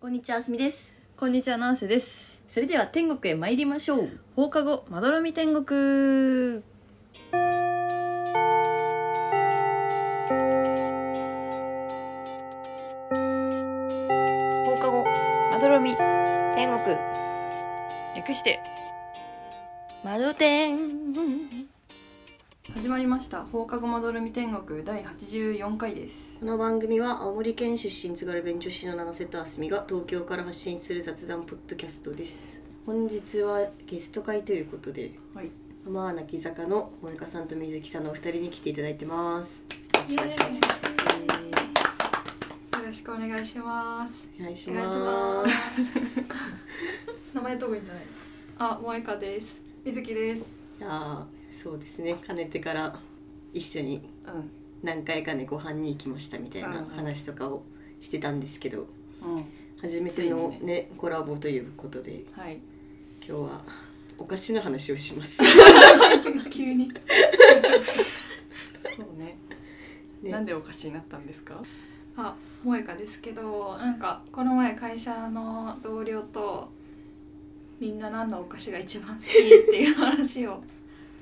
こんにちは、あすみです。こんにちは、ナ瀬です。それでは天国へ参りましょう。放課後、まどろみ天国。放課後、まどろみ、天国、略して。窓天。始まりました。放課後まどろみ天国第84回です。この番組は青森県出身津軽弁女子の七瀬とあすみが東京から発信する雑談ポッドキャストです。本日はゲスト会ということで、はい。浜穴木坂の森香さんと水木さんのお二人に来ていただいてます。よろしくおお願いします。願いしお願まいす。し ます。名前どこいいんじゃない？あ、萌香です。水木です。じゃあ、そうですね、かねてから一緒にう何回かねご飯に行きましたみたいな話とかをしてたんですけどん。うん。初めてのねコラボということではい。今日はお菓子の話をします、急に。そうね。ねなんでおかしになったんですか。あ、萌香ですけど、なんかこの前会社の同僚とみんな何のお菓子が一番好きっていう話を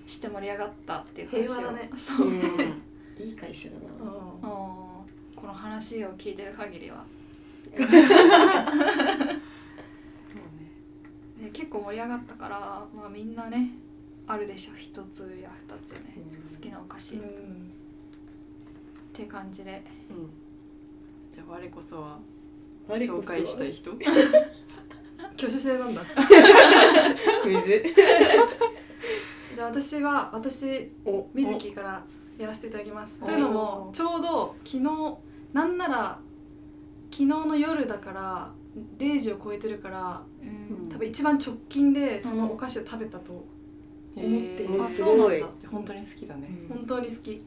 して盛り上がったっていう話を。平和だねそう。うんいい会社だなこの話を聞いてる限りは、ね、結構盛り上がったから、まあみんなねあるでしょ一つや二つよね。好きなお菓子、って感じでうん。じゃあ我こそは我こ紹そは介したい人。 挙手制なんだ水じゃあ私は私お水木からやらせていただきますおというのもちょうど昨日なんなら昨日の夜だから0時を超えてるからうん多分一番直近でそのお菓子を食べたと思っていうんへーます、すごいそうなんだ本当に好きだね。本当に好き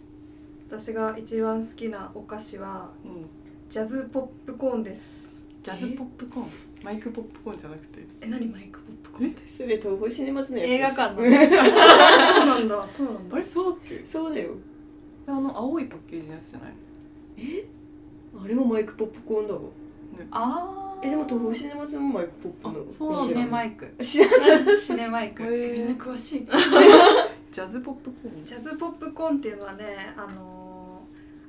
私が一番好きなお菓子はうん。ジャズポップコーンですジャズポップコーン。マイクポップコーンじゃなくて。え何マイクポップコーンってそれ東宝シネマズのやつ映画館の そうなんだそうなんだあれそうだっけ？ そうだよあの青いパッケージのやつじゃない？あれもマイクポップコーンだわあーえでも東宝シネマズもマイクポップコーンだあそうなんだシ知らネんマイク知らん知ら んシネマイクみんへなえ。詳しいジャズポップコーン。ジャズポップコーンっていうのはね、あの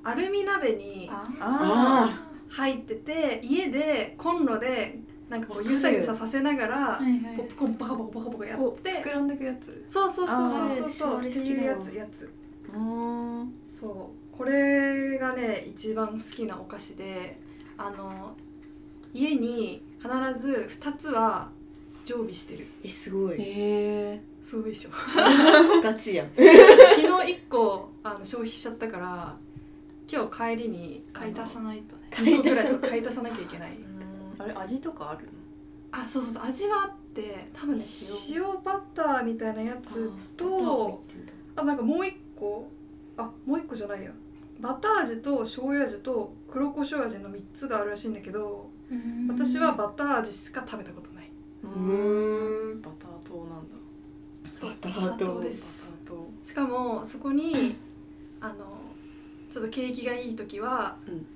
ーアルミ鍋にああ入ってて家でコンロでなんかこわうかるゆさゆささせながらはいはいポップコーンバカバカバカバカやっで膨てらんでくやつそうそうそうそうそうあーそう俺っ好きてだわいうやつやつあ。うん。そうこれがね一番好きなお菓子であの家に必ず2つは常備してるえすごいへえ。すごい でしょガチやん昨日1個あの消費しちゃったから今日帰りに買い足さなないとね2個ぐらいそう買い足さなきゃいけないあれ味とかあるあそうそうそう味はあって多分ね塩塩バターみたいなやつとあなんかもう一個あもう一個じゃないやバター味と醤油味と黒胡椒味の3つがあるらしいんだけど私はバター味しか食べたことないの？う。ーんバター糖なんだ。そうバター糖ですバター糖。しかもそこにあのちょっと景気がいい時は、うん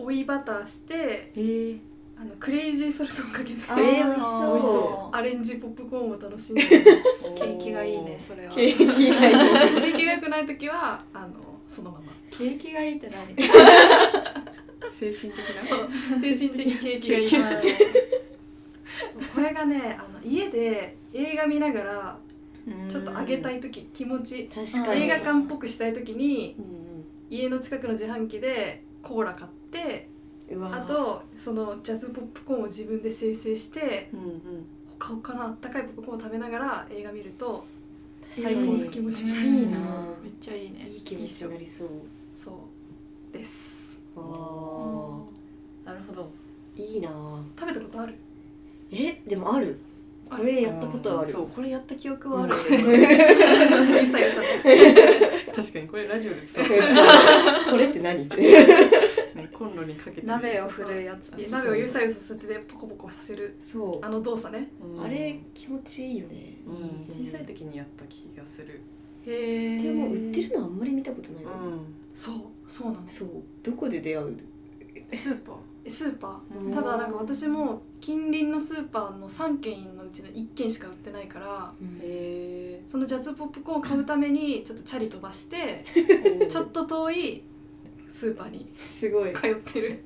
追いバターしてへえ。あのクレイジーソルトをかけてあーえー美味しそう美味しそ アレンジポップコーンを楽しんで ますう景気がいいねそれは景気がいい景気が良くない時はあのそのまま景気がいいって何精神的な。精神的景気がいいそうこれがねあの家で映画見ながらちょっと上げたい。い時気持ち確かに映画館っぽくしたい時にうんうん。家の近くの自販機でコーラ買ってうわあとそのジャズポップコーンを自分で生成してうんうん。ほかほかのあったかいポップコーンを食べながら映画見ると確か最高にの気持ちがいい、いうんなめっちゃいいねいい気持ちになりそうそうですあなるほど。ーいいな食べたことある えでもあるこれやったことあるそうこれやった記憶はある。ゆさゆさ確かにこれラジオで伝わ これって 何ってるねコンロにか けて鍋を振るやつそう鍋をゆさゆささせてポコポコさせるそうあの動作ねうんあれ気持ちいいよねうん小さい時にやった気がするへえでも売ってるのあんまり見たことないんそうそうなのそうどこで出会うスーパースーパうーんただなんか私も近隣のスーパーの3軒のうちの1軒しか売ってないからへそのジャズポップコーンを買うためにちょっとチャリ飛 ばしてえちょっと遠いスーパーにすごい通っ てる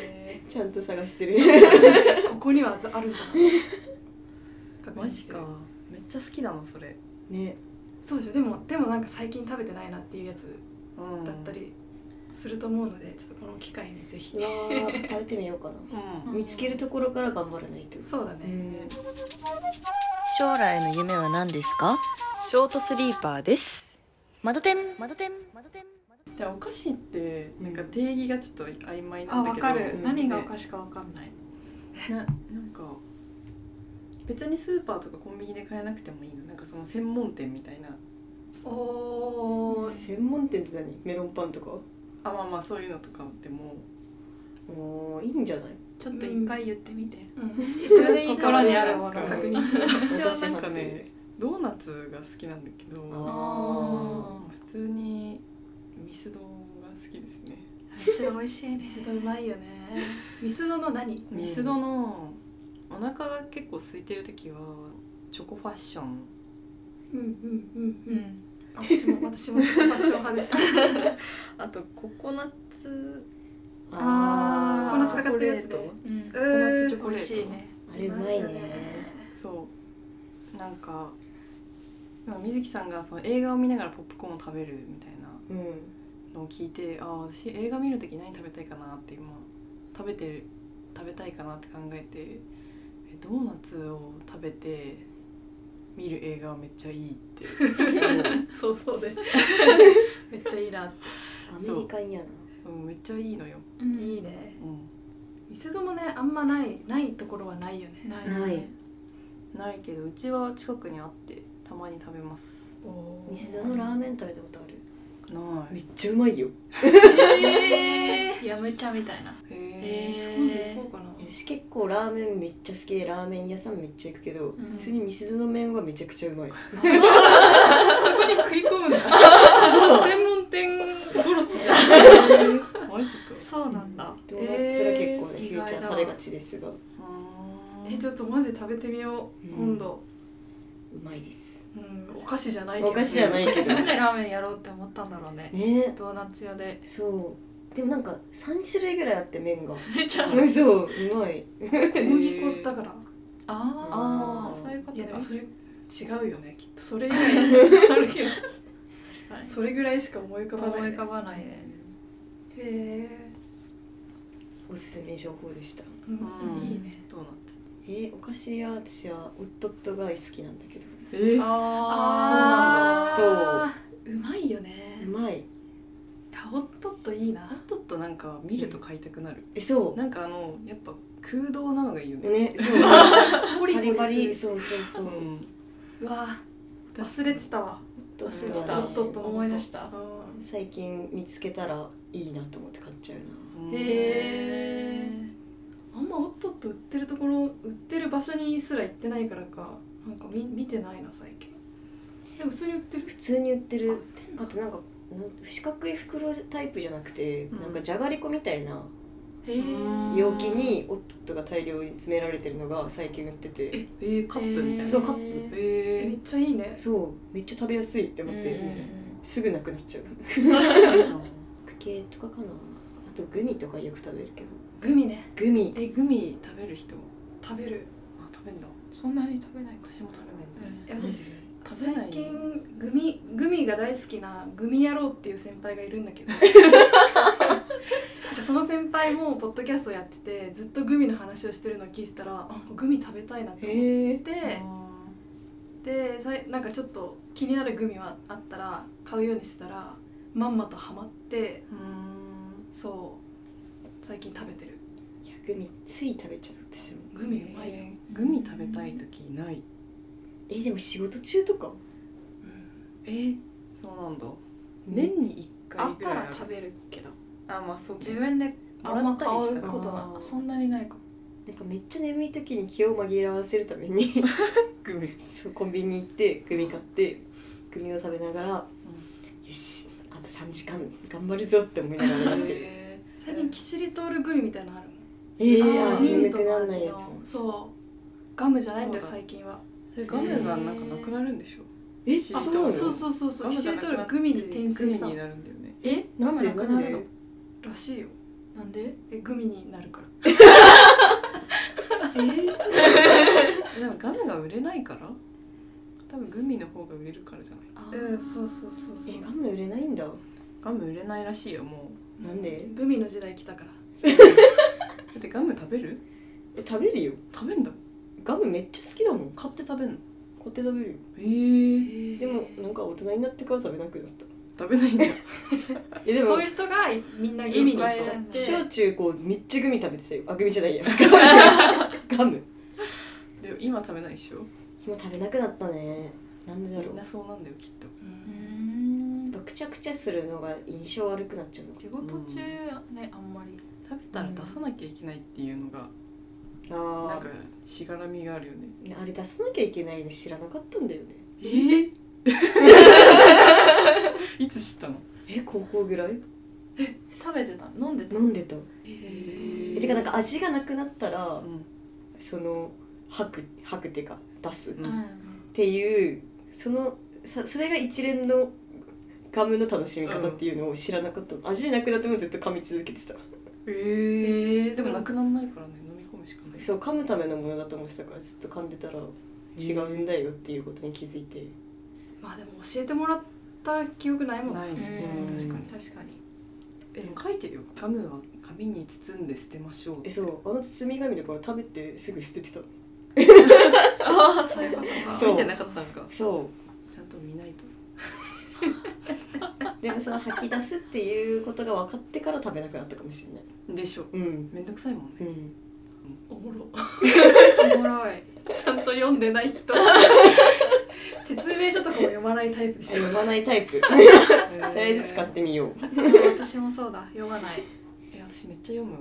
へちゃんと探してるここにはあるんだなーマジかめっちゃ好きだなそれ、ねそうでしょでもでもなんか最近食べてないなっていうやつうん、だったりすると思うのでちょっとこの機会にぜ ひうわー食べてみようかうんな見つけるところから頑張らないとそうだね、将来の夢は何ですかショートスリーパーです窓点窓点窓点でお菓子ってなんか定義がちょっと曖昧なあんだわけどかる、うん何がお菓子かわかんないななんか別にスーパーとかコンビニで買えなくてもいいのなんかその専門店みたいなおー専門店って何メロンパンとかあまあまあそういうのとかでもおーいいんじゃないちょっと一回言ってみて、うんそれでいいから心ねにあるもの確認する私はなんかお菓子入ってねドーナツが好きなんだけどあ普通にミスドが好きですねミスド美味しいねミスドうまいよねミスドの何ミスドのお腹が結構空いてる時はチョコファッションうんうんうんううんん私も私もファッション派 ですあとココナッツあコーコナッツかかってるやつチねョコレートうんえココナッツチーョコ美レート味しいねあれうまいねそうなんか今水木さんがその映画を見ながらポップコーンを食べるみたいなうんのを聞いてああ私映画見る時何食べたいかなって今食べてる食べたいかなって考えてえドーナツを食べて見る映画はめっちゃいいって そうそうで めっちゃいいなアメリカンやなうんめっちゃいいのよ、うんいいねうミスドもねあんまないないところはないよねないないん、ないけどうちは近くにあってたまに食べますおミスドのラーメン食べたことあるないめっちゃうまいよえヤムチャみたいなへー、えそ今度行こうかな私結構ラーメンめっちゃ好きでラーメン屋さんめっちゃ行くけど、ん普通にミスドの麺はめちゃくちゃうまいそこに食い込むんだ専門店殺しじゃんマジかそうなんだドーナツが結構ね、えーフューチャーされがちですがうあーえちょっとマジ食べてみよう、うん今度、まいですうん、お菓子じゃないけどお菓子じゃないけどなんねでラーメンやろうって思ったんだろうねドーナツ屋でそうでもなんか3種類ぐらいあって麺が めちゃうんそううまい小麦粉だからあああーそういうこといかやでも確それ違うよねきっとそれ以外にあるけどかにそれぐらいしか思い浮かばない、思い浮ね、かばないねへおすすめ情報でしたえ、うんうんいいねドーナツえー、お菓子は私はオットットが好きなんだけどえあーそうなんだそううまいよねうまいいやホットットいいなちょっとなんか見ると買いたくなる、えそなんかあのやっぱ空洞なのがいいようねねそうポリバリポバリリするそうそうそうう、ホッんうわ忘れてたわトッ忘トれてたはねホットットの思い出した最近見つけたらいいなと思って買っちゃうなへえあんまホットット売ってるところ売ってる場所にすら行ってないからかなんか見見てないな最近でも普通に売ってる普通に売って売っるてあんだとなんかなん四角い袋タイプじゃなくて、うんなんかじゃがりこみたいなへえ容器にオットットが大量に詰められてるのが最近売っててえー、カップみたいなそうカップえめーっちゃいいねそうめっちゃ食べやすいって思って、うんすぐなくなっちゃううん系とかかなあとグミとかよく食べるけどグミねグミえグミ食べる人食べるあ食べんだそんなに食べないか私も食べないんだえ私食べない最近グミグミが大好きなグミ野郎っていう先輩がいるんだけどなんかその先輩もポッドキャストやっててずっとグミの話をしてるのを聞いてたらあグミ食べたいなって思っへえて、でさいなんかちょっと気になるグミはあったら買うようにしてたらまんまとハマってうんそう最近食べてるいやグミつい食べちゃう私もグミうまいよ、えーグミ食べたい時ないえでも仕事中とかえー、そうなんだ年に1あ回っぐらたいあらる食べるけどあまあそう自分であんま買うこともらったりしたはなそんなにないかもなんかめっちゃ眠い時に気を紛らわせるためにグミそうコンビニ行ってグミ買ってグミを食べながら、よしあと3時間頑張るぞって思いながらやってるえ最近キシリトールグミみたいなのあるもんえー、ああーーミ眠ンくトならのない味やつのそうガムじゃないんだよそうだ最近はそれガムがなんかなくなるんでしょえシートなのそうそうそうそガうムシじゃーなくトなってルグミに転生しグたミになるんだよねえなんでなくななんるでのらしいよなんでえグミになるからえでもガムが売れないから多分グミの方が売れるからじゃないあうーんそうそうそうそえガうム売れないんだガム売れないらしいよもうなんでグミの時代来たからだってガム食べるえ食べるよ食べんだガムめっちゃ好きだもん買って食べんの買って食べるよええー、ーでもなんか大人になってから食べなくなった食べないんじゃんえでもそういう人がみんなグ意ミ味にに変変ええちちゃゃっ小って中高めっちゃグミ食べてたよあグミじゃないや ガムでも今食べないでしょ今食べなくなったねなんでだみろうんやなそうなんだよきっとううんんっぱくちゃくちゃするのが印象悪くなっちゃうの仕事中ねあんまり食べたら出さなきゃいけないっていうのが、なあんかしがらみがあるよねーあれ出さなきゃいけないの知らなかったんだよねえー、いつ知ったのえ高校ぐらい食べてた飲んでた飲んでたええてかなんか味がなくなったらうんその吐く吐くっていうか出すっうんていうそのさそれが一連のガムの楽しみ方っていうのを知らなかったの味なくなってもずっと噛み続けてたえー、でもなくならないからね飲み込むしかないそう噛むためのものだと思ってたからずっと噛んでたら違うんだよっていうことに気づいてまあでも教えてもらった記憶ないもんねないね、うん確かに確かにえでも書いてるよガムは紙に包んで捨てましょうってえそうあの包み紙だから食べてすぐ捨ててたああそういうことあかそう見てなかったのかそちゃんと見ないとうでもその吐き出すっていうことが分かってから食べなくなったかもしれないでしょうんめんどくさいもんねうんおもろおもろいちゃんと読んでな い人説明書とかも読まないタイプでしょ読まないタ イプとりあえず使ってみよう私もそうだ読まないえ私めっちゃ読むわ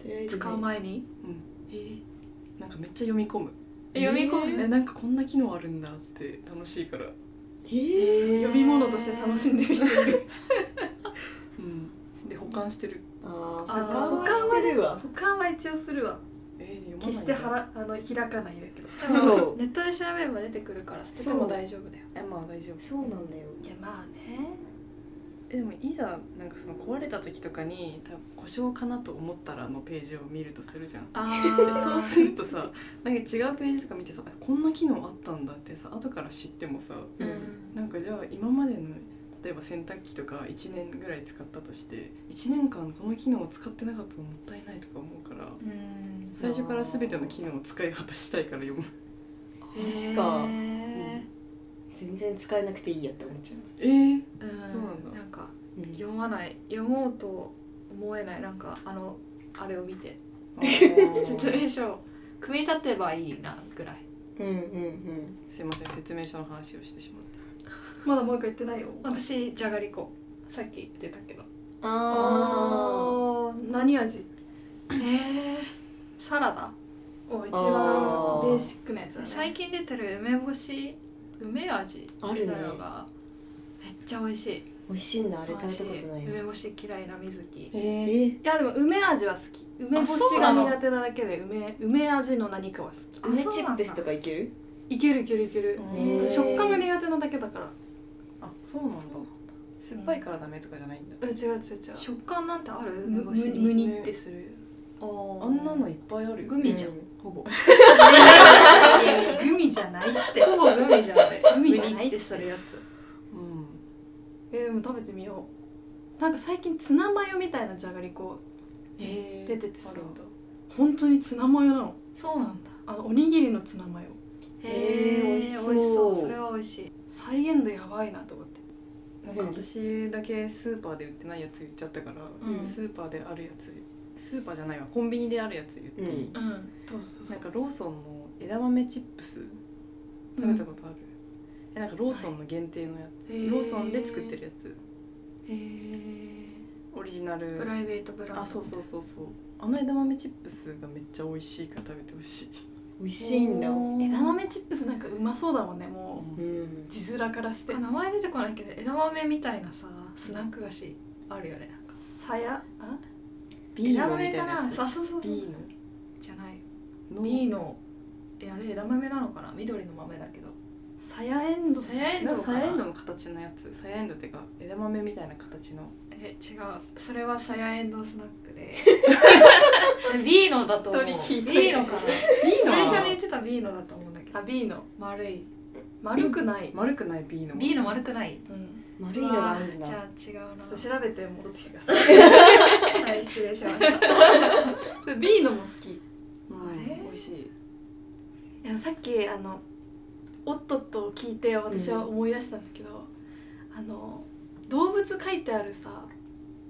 とりあえずね使う前にうんえーなんかめっちゃ読み込むえ読み込むえなんかこんな機能あるんだって楽しいからえーそう読み物として楽しんでる人 いるうんで保管してるあーあー保管はしてるわ保管は一応するわえー、読まない決してはらあの開かないだけどでもそうネットで調べれば出てくるから捨てても大丈夫だよえまあ大丈夫そうなんだよいやまあねえでもいざなんかその壊れた時とかに多分故障かなと思ったらのページを見るとするじゃんあであそうするとさなんか違うページとか見てさあこんな機能あったんだってさ後から知ってもさうんなんかじゃあ今までの例えば洗濯機とか1年ぐらい使ったとして1年間この機能を使ってなかったのもったいないとか思うからうん最初から全ての機能を使い果たしたいから読む確かへー全然使えなくていいやって思っちゃうえー、うんそうなんだなんかうん読まない読もうと思えないなんかあのあれを見て説明書を組み立てばいいなぐらいうんうん すいません説明書の話をしてしまったまだもう一回言ってないよ私じゃがりこさっき出たけどうんあー何味えー、サラダお一あー番ベーシックなやつだね最近出てる梅干し梅味あるねみたいなのがめっちゃ美味しい美味しいんだあれ食べたことない私梅よ干し嫌いな水木ええー、ーいやでも梅味は好き梅干あそしうがなの苦手なだけで梅梅味の何かは好あ梅そチうなッんだプスとかいけるきいけるいけるいけるへー食感が苦手なだけだからあそうなんだそう酸っぱいからダメとかじゃないんだ、え違う違う違う食感なんてある梅む干しむにむにってするあんなのいっぱいあるよグミじゃんうほぼ グミじゃないってほぼグミじゃんあれグミじゃないってするやつうんえでも食べてみようなんか最近ツナマヨみたいなじゃがりこえ出ててさあるんだ本当にツナマヨなのそうなんだあのおにぎりのツナマヨへー美味しそう美味しそうそれは美味しい再現度やばいなと思ってなんか私だけスーパーで売ってないやつ言っちゃったから、うんスーパーであるやつスーパーじゃないわコンビニであるやつ言っていい、うんうんそうそうなそんうかローソンの枝豆チップス食べたことある、えなんかローソンの限定のやつ、ローソンで作ってるやつへえオリジナルプライベートブランドあそうそうそうそうあの枝豆チップスがめっちゃ美味しいから食べてほしい、美味しいんだう枝豆チップスなんかうまそうだもんねもうん字面からしてあ名前出てこないけど枝豆みたいなさスナック菓子あるよねさやあビー枝ノみ豆たいかなやなつそうそうそうビじゃないーノビーののえあれ枝豆なのかな緑の豆だけどサヤエンドサヤエンドかなサヤエンドの形のやつサヤエンドっていうか枝豆みたいな形のえ違うそれはサヤエンドスナックでえ ビーノだと思うビ一人聞いてーノかなノ最初に言ってたビーノだと思うんだけどあビーノ丸い丸くない丸くないビーノビーノ丸くないうん丸いのがあるんだうわじゃあ違うなちょっと調べて戻ってきてくださいはい失礼しましたでビーノも好きうんあれ美味しいでもさっきあの「おっとっと」聞いて私は思い出したんだけど、あの動物書いてあるさ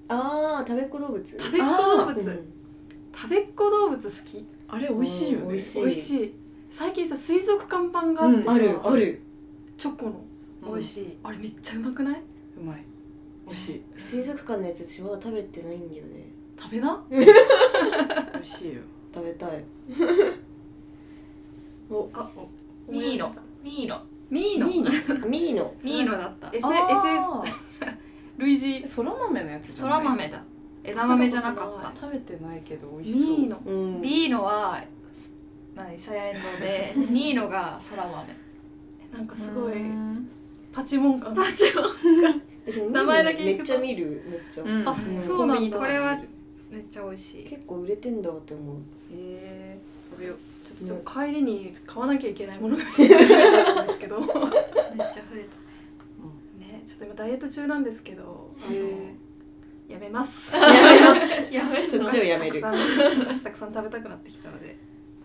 あー食べっ子動物食べっ子動う物ん食べっ子動物好きあれ美味しいようんね美味しい美味しい最近さ水族館版があってさ、あるあるチョコのうん美味しいあれめっちゃうまくないうまい美味しい水族館のやつ私まだ食べてないんだよね食べな美味しいよ食べたいあお思い出ミーしまノしたミーノミーノあミーノミーノだったえあー類似そら豆のやつじゃそならい豆だ枝豆じゃなか食べたっ食べてないけど美ミ味しそうーノうんたビーノはす何サヤエンド でミーノがそら豆なんかすごいうんパチモン感パチモンえでも名前だけめ聞っくちとゃ見るめっちゃ、うんあんそうなんだこれはめっちゃ美味しい結構売れてんだって思うえ食べようちょっとちょっと帰りに買わなきゃいけないものがめっちゃ増えちゃったんですけどめっちゃ増えたねちょっと今ダイエット中なんですけどあのへやめます やめるそっちをやめるお菓子たくさんお菓子たくさん食べたくなってきたので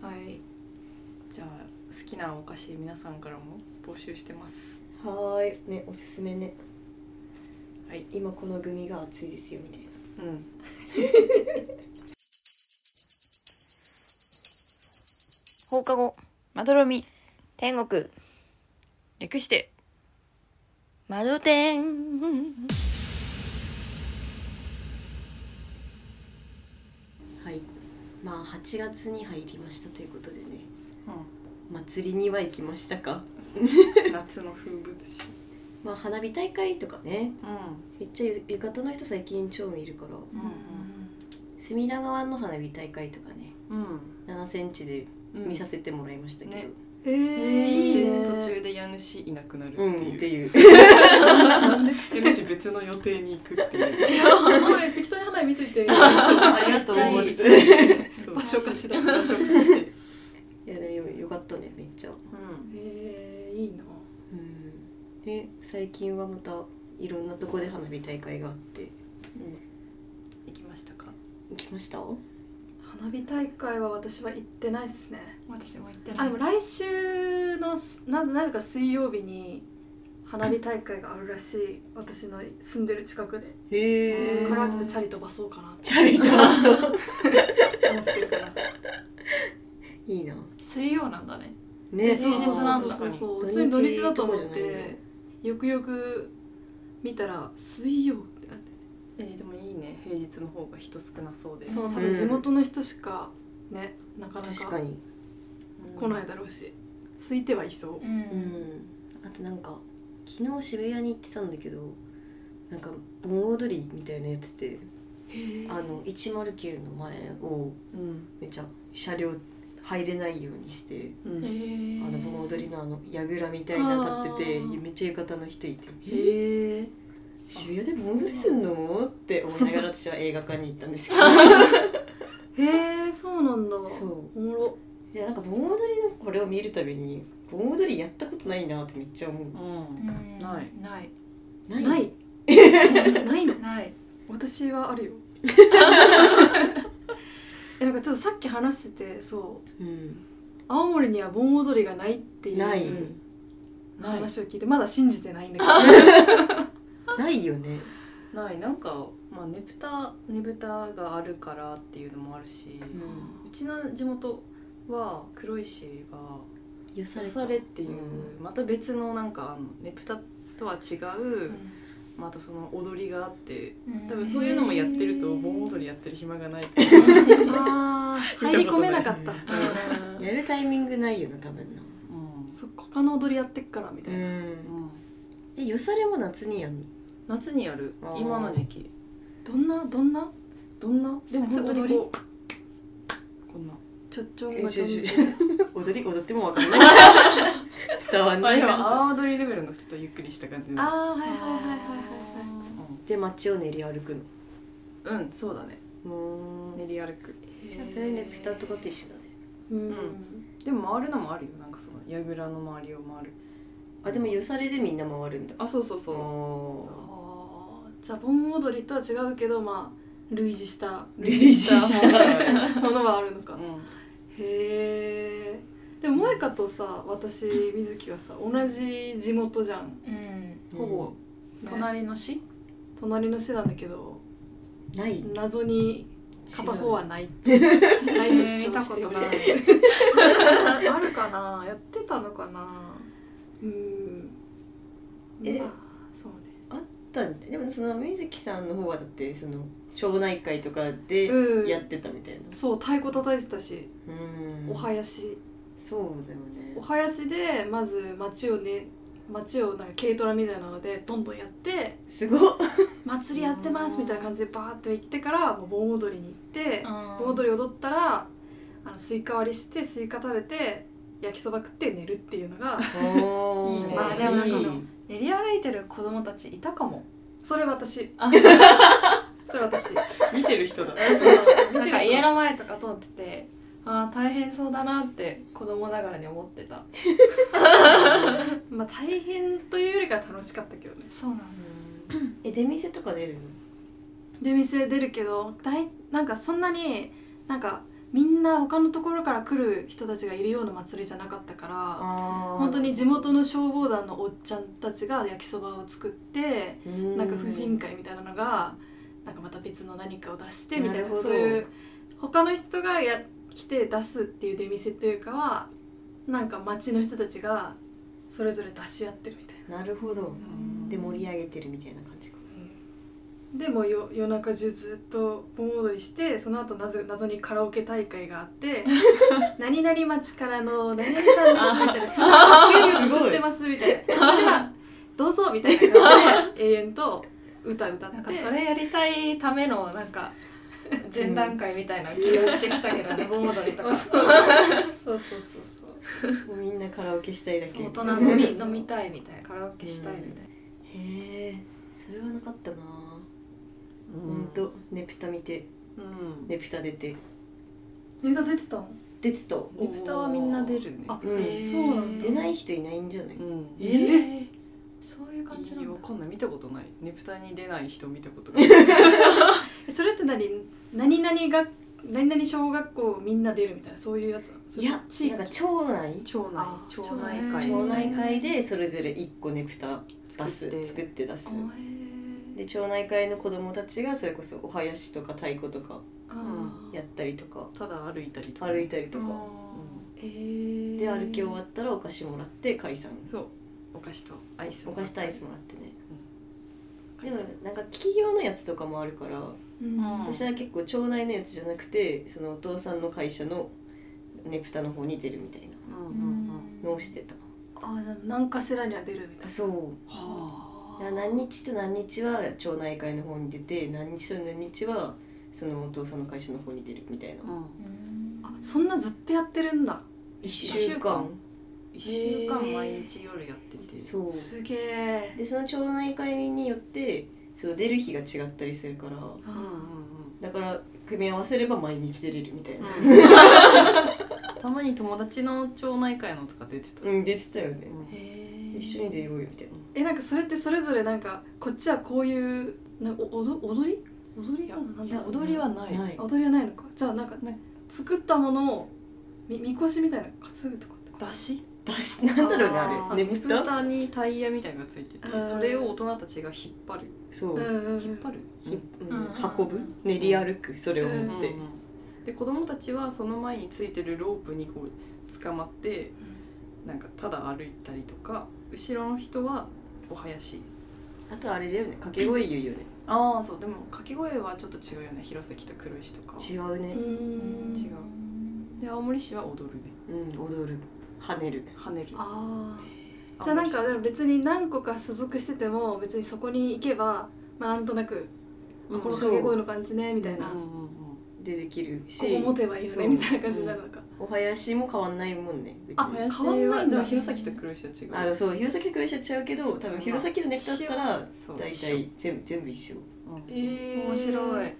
はいじゃあ好きなお菓子皆さんからも募集してますはーいねおすすめねはい今このグミが熱いですよみたいなうん放課後まどろみ天国略してまどてんはいまあ8月に入りましたということでね祭りには行きましたか 夏の風物詩まあ花火大会とかねうめんっちゃゆ浴衣の人最近超見るからうん隅田川の花火大会とかねうん7センチでうん見させてもらいましたけど、ねえそー、して途中で家主いなくなるってうんっいてういう家主別の予定に行くっていう適当に花火見といてありがとうございますいそう場所かしら場所化してやでもよかったねめっちゃうんえー、いいなうんで最近はまたいろんなとこで花火大会があって行きましたか行きました花火大会は私は行ってないっすね私も行ってあなでいも来週のすななぜか水曜日に花火大会があるらしい私の住んでる近くでへこえれはちょっとチャリ飛ばそうかなってチャリとそう思ってるか ら いいな水曜なんだねねそうそうそうそうそう土日普通に土日だと思っとかじゃないてよくよく見たら水曜ってなってえーでもいいね平日の方が人少なそうでそう多う分ん地元の人しかね、なかな確かかにうん来ないだろうし空いてはいそううんあとなんか昨日渋谷に行ってたんだけどなんか盆踊りみたいなやつってあの109の前をうんめちゃ車両入れないようにしてうんあの盆踊りのあの櫓みたいなの立っててめっちゃ浴衣の人いてへえ渋谷で盆踊りすんのって思いながら私は映画館に行ったんです けどへえそうなんだそおもろうでなんか盆踊りのこれを見るたびに盆踊りやったことないなってめっちゃ思ううんないないないない ないのない私はあ るよえなんかちょっとさっき話しててそううん青森には盆踊りがないっていうないない話を聞いてまだ信じてないんだけどないよねないなんか、まあ、ねぷたねぶたがあるからっていうのもあるし、うちの地元は黒石がよ「さよれさたれ」っていう、うまた別のなんかあのねぷたとは違う、またその踊りがあって多分そういうのもやってると盆踊りやってる暇がないっていうか あー入り込めなかったやるタイミングないよな多分なうんそっか他の踊りやってっからみたいな、うんえよされも夏にやんの夏にやるあー今の時期どんなどんなどんなでも普通本当に踊りこうこんなちょっちょんえがちちょょんちょちちょょん 踊り踊ってもわかんない 伝わんまあないでからもさ阿波踊りレベルのちょっとゆっくりした感じのあーはいはいはいはいはいはいで街を練り歩くのうんうんそうだねうーん練り歩くじゃあそれねピタとかと一緒だねうんでも回るのもあるよなんかその櫓の周りを回るあでもよされでみんな回るんだあそうそうそあー うあーじゃあ盆踊りとは違うけどまあ類似した類似したものはあるのか うんへえでも萌香とさ私水木はさ同じ地元じゃんうん、ほぼ、ね隣の市隣の市なんだけどない謎に片方はないってないと主張 してくれる、あるかなやってたのかなうんえまあそうねだってでもその水木さんの方はだってその町内会とかでうんやってたみたいなそう太鼓叩いてたしうんお囃子そうだよねお囃子でまず町をね町をなんか軽トラみたいなのでどんどんやってすごっ祭りやってますみたいな感じでバーッと行ってからもう盆踊りに行って盆ボード踊り踊ったらあのスイカ割りしてスイカ食べて焼きそば食って寝るっていうのがおーいいねまあでもなんか いい 練り歩いてる子供たちいたかもそれ私あそれ私見てる人だそうなんか家の前とか通っててああ大変そうだなって子供ながらに思ってた まあ大変というよりかは楽しかったけどねそうなんだうんえ出店とか出るの出店出るけどだいなんかそんなになんかみんな他のところから来る人たちがいるような祭りじゃなかったからあ本当に地元の消防団のおっちゃんたちが焼きそばを作ってなんか婦人会みたいなのがなんかまた別の何かを出してみたいなるなほどそういう他の人がや来て出すっていう出店というかはなんか町の人たちがそれぞれ出し合ってるみたいな。なるほどうんで盛り上げてるみたいな感 じかでもうよ夜中中ずっと盆踊りしてその後謎謎にカラオケ大会があって「何々町からの何々さんです」みたいな「急に作ってます」みたいな「それではどうぞ」みたいな感じで永遠と歌歌ってなんかそれやりたいためのなんか前段階みたいな気をしてきたけど ね盆踊りとかそうそうそうそうもうみんなカラオケしたいだけ大 人飲み飲みたいみたいなカラオケしたいみたいへえそれはなかったなうんほんとネプタ見てうんネプタ出てネタ出てたの出てたリプタはみんな出るねあうんなそうなんだ出ない人いないんじゃないうんえー、そういう感じなんいだやわかんない見たことないねぷたに出ない人見たことがないえそれって何何々が何々小学校みんな出るみたいなそういうやつなのそいれとやも地なんか域 町内町内あ町町内内町会内会でそれぞれ1個ネプタ出す作って作って出すおーで町内会の子供たちがそれこそお囃子とか太鼓とかあーやったりとかただ歩いたりとか歩いたりとかうえーで歩き終わったらお菓子もらって解散んそうお菓子とアイスおもら菓っ子とたりアイスもらってね解で散もなんか企業のやつとかもあるからうん私は結構町内のやつじゃなくてそのお父さんの会社のネプタの方に出るみたいなうんうんうんのをしてたあーじゃあ何かしらには出るみたいなそうはだから何日と何日は町内会の方に出て何日と何日はそのお父さんの会社の方に出るみたいな、うんうんあそんなずっとやってるんだ一一週週間間一週間毎日夜やっててそうすげえでその町内会によってその出る日が違ったりするからうんうんだから組み合わせれば毎日出れるみたいなうんうん たまに友達の町内会のとか出てたうん、出てたよね、うん一緒に出ようよみたいなえなんかそれってそれぞれなんかこっちはこういうなおおど踊り踊りいやなんいだや踊りはないない踊りはないのかじゃあなんかね作ったものをみみこしみたいなの担ぐとかってことだし出しなんだろうねあああれねねぷぷたたにタイヤみたいなのがついてうてんそれを大人たちが引っ張るそう、うんうんうん引っ張るひうんうん運ぶ練り歩くそれを持って、で子供たちはその前についてるロープにこう捕まってなんかただ歩いたりとか後ろの人はお囃子あとあれだよね掛け声言うよね、ああそうでも掛け声はちょっと違うよね弘前と黒石とか違うねうーうん違んうで青森市は踊るねうん踊る跳ねる跳ねるああじゃあなんかでも別に何個か所属してても別にそこに行けばまあなんとなくうんこの掛け声の感じねみたいな、うこんうんうんでできるしこ持てばいいよそねうみたいな感じになるのか、お囃子も変わんないもんね別あに変わんないんでだも弘前と黒石は違うあそう弘前と暮らしちゃ違うけど多分弘前のネタだったらそう大体全部全部一緒うんえ面白い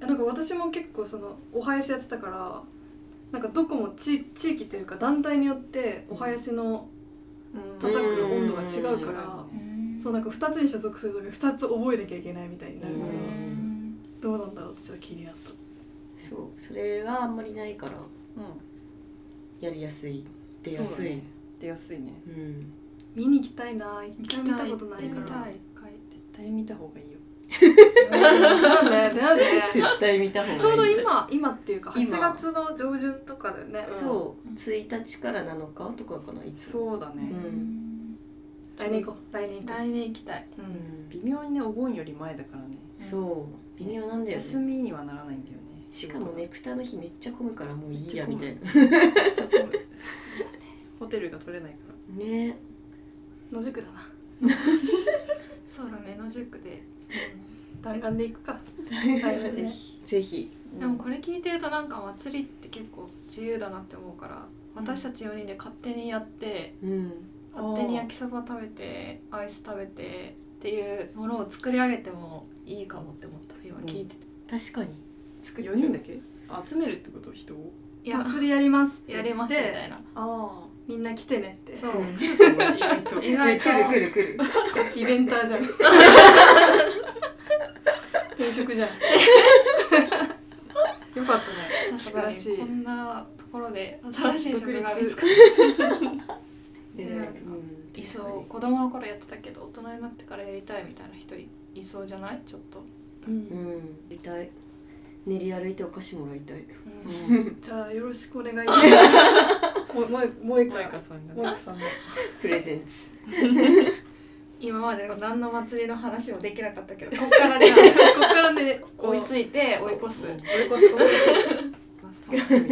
なんか私も結構そのお囃子やってたからなんかどこも地地域というか団体によってお囃子の叩く温度が違うから、そうなんか2つに所属するとか2つ覚えなきゃいけないみたいになるから、うんどうなんだろうってちょっと気になったそうそれがあんまりないからうんやりやすい出やすい、出やすいねうん見に行きたいな一回見たことないか行きらたい一回絶対見た方がいいよなんでなんで絶対見た方がいいちょうど今今っていうか今8月の上旬とかだよねそう1日から7日とかかないつもそうだねん来年行こう来年行こ来年行きたい、う、ううんん微妙にねお盆より前だからねそう微妙なんだよ休ねみにはならないんだよねしかもねプタの日めっちゃ混むからもういいやめみっちたゃいなホテルが取れないからね野宿だなそうだね野宿で、弾丸で行くかねぜひぜひでもこれ聞いてるとなんか祭りって結構自由だなって思うから私たち4人で勝手にやってうん勝手に焼きそば食べてアイス食べてっていうものを作り上げてもいいかもって思った今聞いてて、確かに作っちゃ4う人だけ集めるってこと人をいや釣りやりますってや言ってりますみたいなああみんな来てねってそう意外と意外と来る来る来るイベンターじゃん転職じゃんよかったね確からにしいこんなところで新しい職が見つかでうねんいそう子供の頃やってたけど大人になってからやりたいみたいな人いそうじゃないちょっと、うんうんやりたい練り歩いてお菓子もらい たいじゃあよろしくお願いします。もうもうもう一マイ回カさんがもう一回さんも。プレゼンツ今まで何の祭りの話もできなかった けどこっからねこっからね追いついて追い越す追い越す。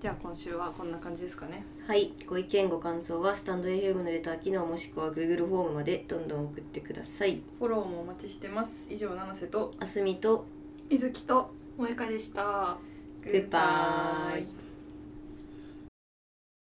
じゃあ今週はこんな感じですかねはいご意見ご感想はスタンド FM のレター機能もしくは Google フォームまでどんどん送ってくださいフォローもお待ちしてます以上七瀬とあすみと水木と萌えかでしたグッバイ